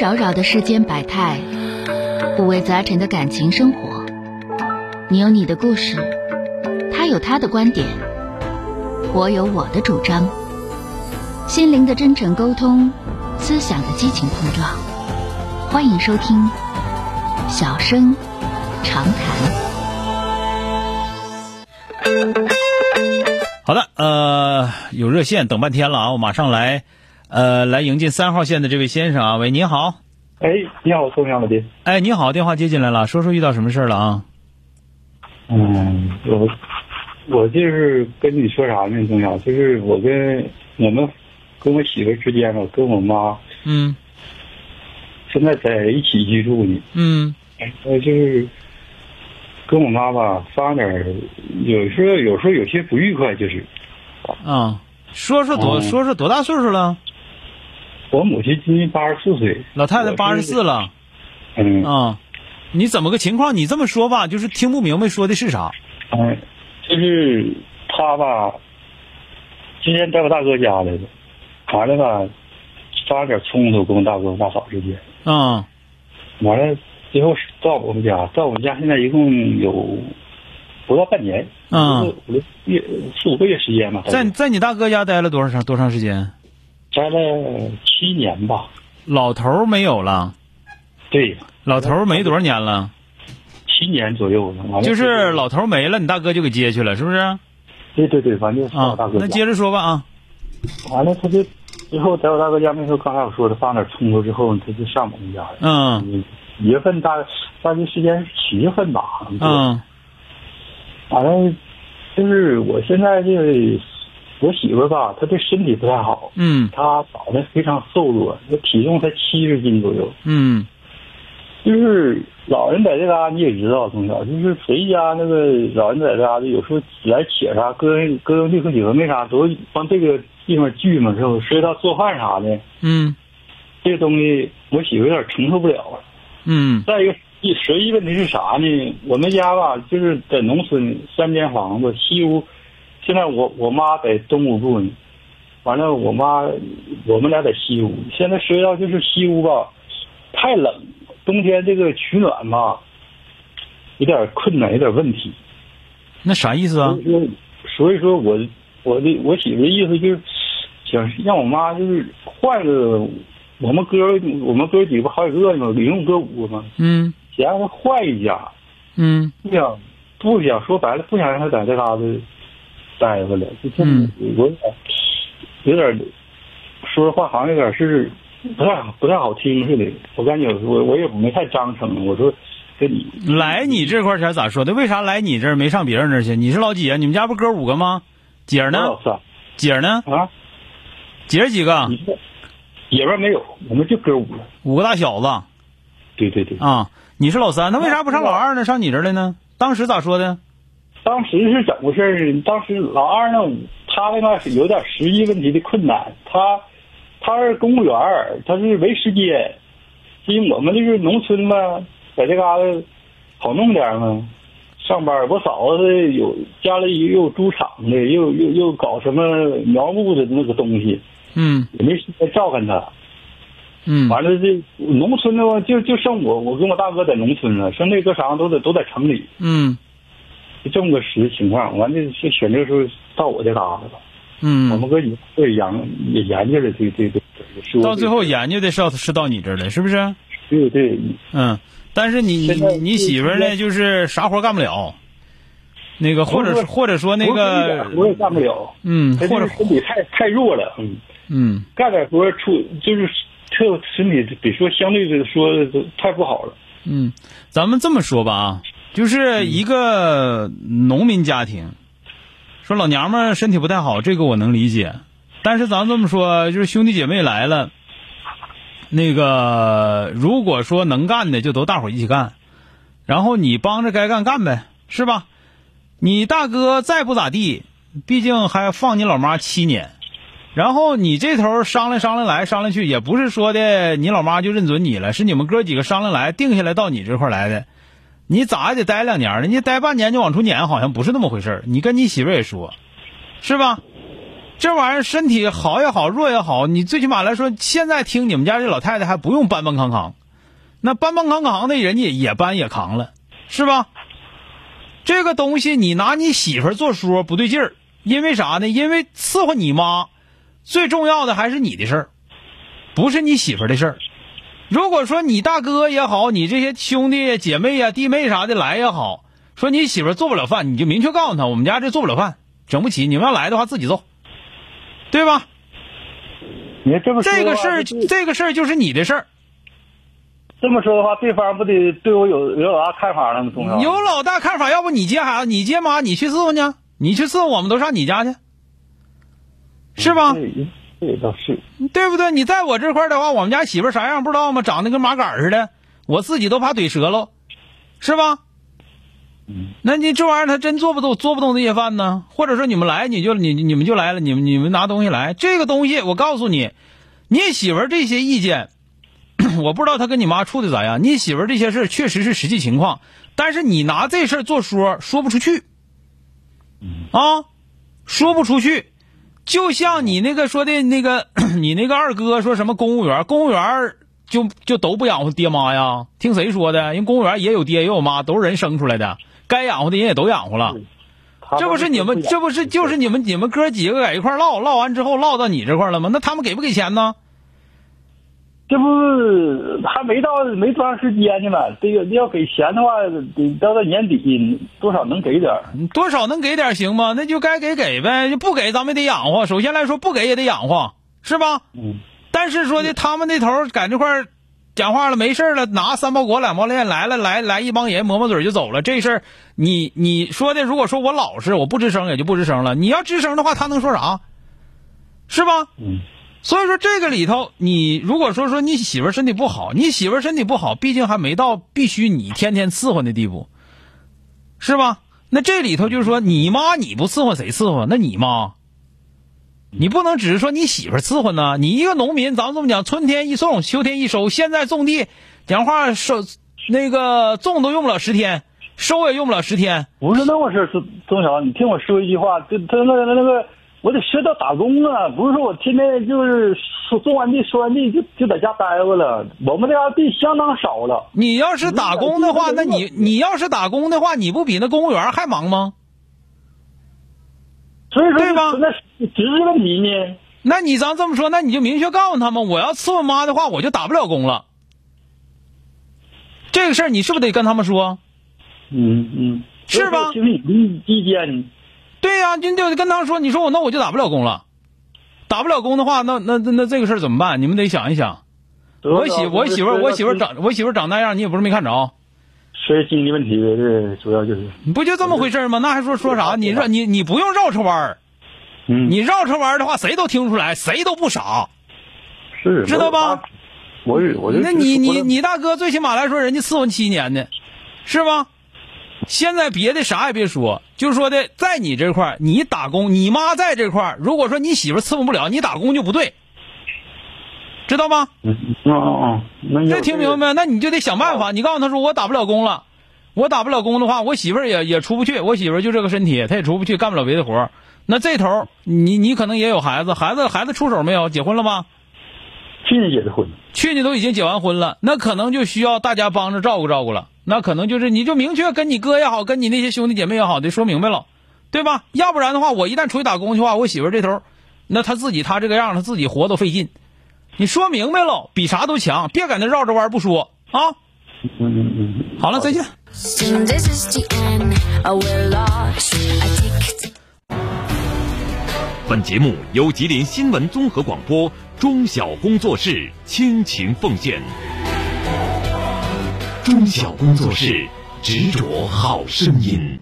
扰扰的世间百态，五味杂陈的感情生活。你有你的故事，他有他的观点，我有我的主张。心灵的真诚沟通，思想的激情碰撞。欢迎收听《小声长谈》。好的，呃，有热线等半天了啊，我马上来，呃，来迎进三号线的这位先生啊，喂，您好，哎，你好，宋阳老弟。哎，你好，电话接进来了，说说遇到什么事儿了啊？嗯，我我就是跟你说啥呢，宋阳，就是我跟我们跟我媳妇之间吧，跟我妈嗯现在在一起居住呢。嗯呃，就是跟我妈吧发点儿，有时候有时候有些不愉快，就是啊，说说多、嗯说说多大岁数了？我母亲今年八十四岁，老太太我八十四了嗯啊，你怎么个情况？你这么说吧，就是听不明白说的是啥？嗯，就是他吧，之前在我大哥家来的，完了吧，发生点冲突跟我大哥我大嫂之间，啊完了最后是到我们家，到我们家现在一共有不到半年，啊五六月四五个月时间吧，在在你大哥家待了多少长多长时间？待了七年吧，老头儿没有了，对，老头儿没多少年了，七年左右了，完了就是老头儿没了，你大哥就给接去了，是不是？啊，对对对，完了就到哦我大哥那家，接着说吧啊，完了他就最后在我大哥家那时候，刚才我说的发生点冲突之后，他就上我们家了。嗯嗯，几月份大大约时间是七月份吧，好像是嗯反正就是我现在这个我媳妇儿吧，她对身体不太好，嗯她脑袋非常瘦弱，她体重才七十斤左右。嗯就是老人在这嘎你也知道，从小就是谁家那个老人在这嘎达，有时候来且啥，跟跟六合酒那啥都往这个地方聚嘛，是不？所以她做饭啥的，嗯这个东西我媳妇儿有点承受不了了。嗯再一个，一实际问题是啥呢？我们家吧，就是在农村，三间房子，西屋。现在我我妈在东屋住呢，完了我妈我们俩在西屋。现在实际上就是西屋吧，太冷，冬天这个取暖吧，有点困难，有点问题。那啥意思啊所？以说，所以说我我的我媳妇的意思就是想让我妈就是换个我们哥儿我们哥儿几个好几个嘛，一共哥五个嘛，嗯想让她换一家。嗯不想不想说白了，不想让他在这嘎达待着了。就这嗯我有点说实话，好像有点是不太好不太好听似的。我感觉我我也没太章程，我说跟你来你这块儿前咋说的？为啥来你这儿没上别人那儿去？你是老几啊？你们家不哥五个吗？姐儿我呢老？三姐儿呢？啊，姐儿几个你？这爷们儿没有，我们就哥五个。五个大小子对对对，啊！你是老三，那为啥不上老二呢？上你这儿来呢？当时咋说的？当时是怎么回事儿？当时老二呢，他那个有点实际问题的困难，他他是公务员儿，他是没时间，因为我们这是农村嘛，在这嘎达好弄点儿嘛。上班儿，我嫂子有家里也有猪场的，又又又搞什么苗木的那个东西，嗯也没时间照看他。嗯完了这农村的话，就就剩我，我跟我大哥在农村了，剩那哥啥都在都在城里。嗯就这么个实际情况。完了，是选择时候到我这嘎达了，我嗯，们哥几个也研也研究了这这这这个事。到最后研究的是是到你这儿来，是不是？对对，嗯，但是你现在你你媳妇儿呢，就是啥活干不了，那个或者是不是或者说那个我也干不了，嗯，他或这者身体太太弱了，嗯，嗯干点活出就是特身体得说相对的说太不好了。嗯，咱们这么说吧啊，就是一个农民家庭，说老娘们儿身体不太好，这个我能理解，但是咱这么说，就是兄弟姐妹来了，那个如果说能干的就都大伙儿一起干，然后你帮着该干干呗，是吧？你大哥再不咋地，毕竟还放你老妈七年，然后你这头商量商量来商量去，也不是说的你老妈就认准你了，是你们哥几个商量来定下来到你这块儿来的。你咋也得待两年，人家待半年就往出撵，好像不是那么回事儿。你跟你媳妇儿也说，是吧？这玩意儿身体好也好，弱也好，你最起码来说，现在听你们家这老太太还不用搬搬扛扛，那搬搬扛扛的人家也搬也扛了，是吧？这个东西你拿你媳妇儿做说不对劲儿，因为啥呢？因为伺候你妈，最重要的还是你的事儿，不是你媳妇儿的事儿。如果说你大哥也好，你这些兄弟姐妹呀、弟妹啥的来也好，说你媳妇儿做不了饭，你就明确告诉他，我们家这做不了饭，整不起。你们要来的话自己做，对吧？你看这么说这的个话事儿，就是这个事儿就是你的事儿。这么说的话，对方不得对我有有啥看法那么重要？啊有老大看法，要不你接孩子，你接妈，你去伺候去，你去伺候我们都上你家去，是吧？对，这也倒是。对不对？你在我这块儿的话，我们家媳妇儿啥样不知道吗？长得跟麻杆儿似的，我自己都怕怼折了，是吧？那你这玩意儿他真做不动，做不动这些饭呢？或者说你们来，你就你你们就来了，你们你们拿东西来，这个东西我告诉你，你媳妇儿这些意见， 我不知道她跟你妈处的咋样。你媳妇儿这些事儿确实是实际情况，但是你拿这事儿做说，说不出去，啊，说不出去。就像你那个说的那个， 你那个二哥说什么公务员，公务员儿就就都不养活爹妈呀？听谁说的？人公务员也有爹也有妈，都是人生出来的，该养活的人也都养活了。他这不是你嗯们，这不是就是你们你们哥几个在一块儿唠唠完之后唠到你这块儿了吗？那他们给不给钱呢？这不还没到没多长时间呢嘛？这个要给钱的话，得到到年底多少能给点儿。多少能给点儿行吗？那就该给给呗，就不给咱们也得养活。首先来说，不给也得养活，是吧？嗯，但是说的他们那头儿在这块儿讲话了，没事儿了，拿三包裹两包面来了，来来一帮人抹抹嘴就走了。这事儿你你说的，如果说我老实，我不吱声也就不吱声了。你要吱声的话，他能说啥？是吧？嗯。所以说这个里头，你如果说说你媳妇儿身体不好，你媳妇儿身体不好，毕竟还没到必须你天天伺候的地步，是吧？那这里头就是说，你妈你不伺候谁伺候？那你妈，你不能只是说你媳妇儿伺候呢。你一个农民，咱们这么讲，春天一送，秋天一收。现在种地，讲话收那个种都用不了十天，收也用不了十天。不是那么回事儿，钟钟晓，你听我说一句话，这他那个那个，我得学到打工啊，不是说我天天就是说种完地、收完地就就在家待着了。我们这家地相当少了，你要是打工的话，嗯那你你要是打工的话，你不比那公务员还忙吗？所以说对吧那职业问题呢？那你咱这么说，那你就明确告诉他们，我要伺候妈的话，我就打不了工了。这个事儿你是不是得跟他们说？嗯嗯，是吧听你的意见，对呀、你就得跟他说，你说我那我就打不了工了，打不了工的话，那那那那这个事儿怎么办？你们得想一想。我媳我媳妇儿我媳妇儿长我媳妇儿长那样，你也不是没看着，学心理问题呗，这主要就是，你不就这么回事儿吗？那还说说啥？你绕你你不用绕着弯儿，嗯，你绕着弯儿的话，谁都听出来，谁都不傻。是知道吧？我是我就那你你你大哥最起码来说，人家伺候七年呢，是吧？现在别的啥也别说，就说的在你这块儿，你打工，你妈在这块儿，如果说你媳妇儿伺候不了，你打工就不对，知道吗？嗯嗯嗯，那这听明白？没？那你就得想办法。你告诉他说，我打不了工了，我打不了工的话，我媳妇儿也也出不去，我媳妇儿就这个身体，她也出不去，干不了别的活儿。那这头儿你你可能也有孩子，孩子孩子出手没有？结婚了吗？去年结的婚，去年都已经结完婚了，那可能就需要大家帮着照顾照顾了。那可能就是你就明确跟你哥也好，跟你那些兄弟姐妹也好，得说明白了，对吧？要不然的话，我一旦出去打工去的话，我媳妇儿这头儿，那她自己她这个样儿，她自己活都费劲。你说明白了，比啥都强，别搁那绕着弯儿不说啊！嗯嗯嗯。好了，再见。 Soon this is the end. I will launch. I take. 本节目由吉林新闻综合广播中小工作室倾情奉献。中小工作室执着好声音。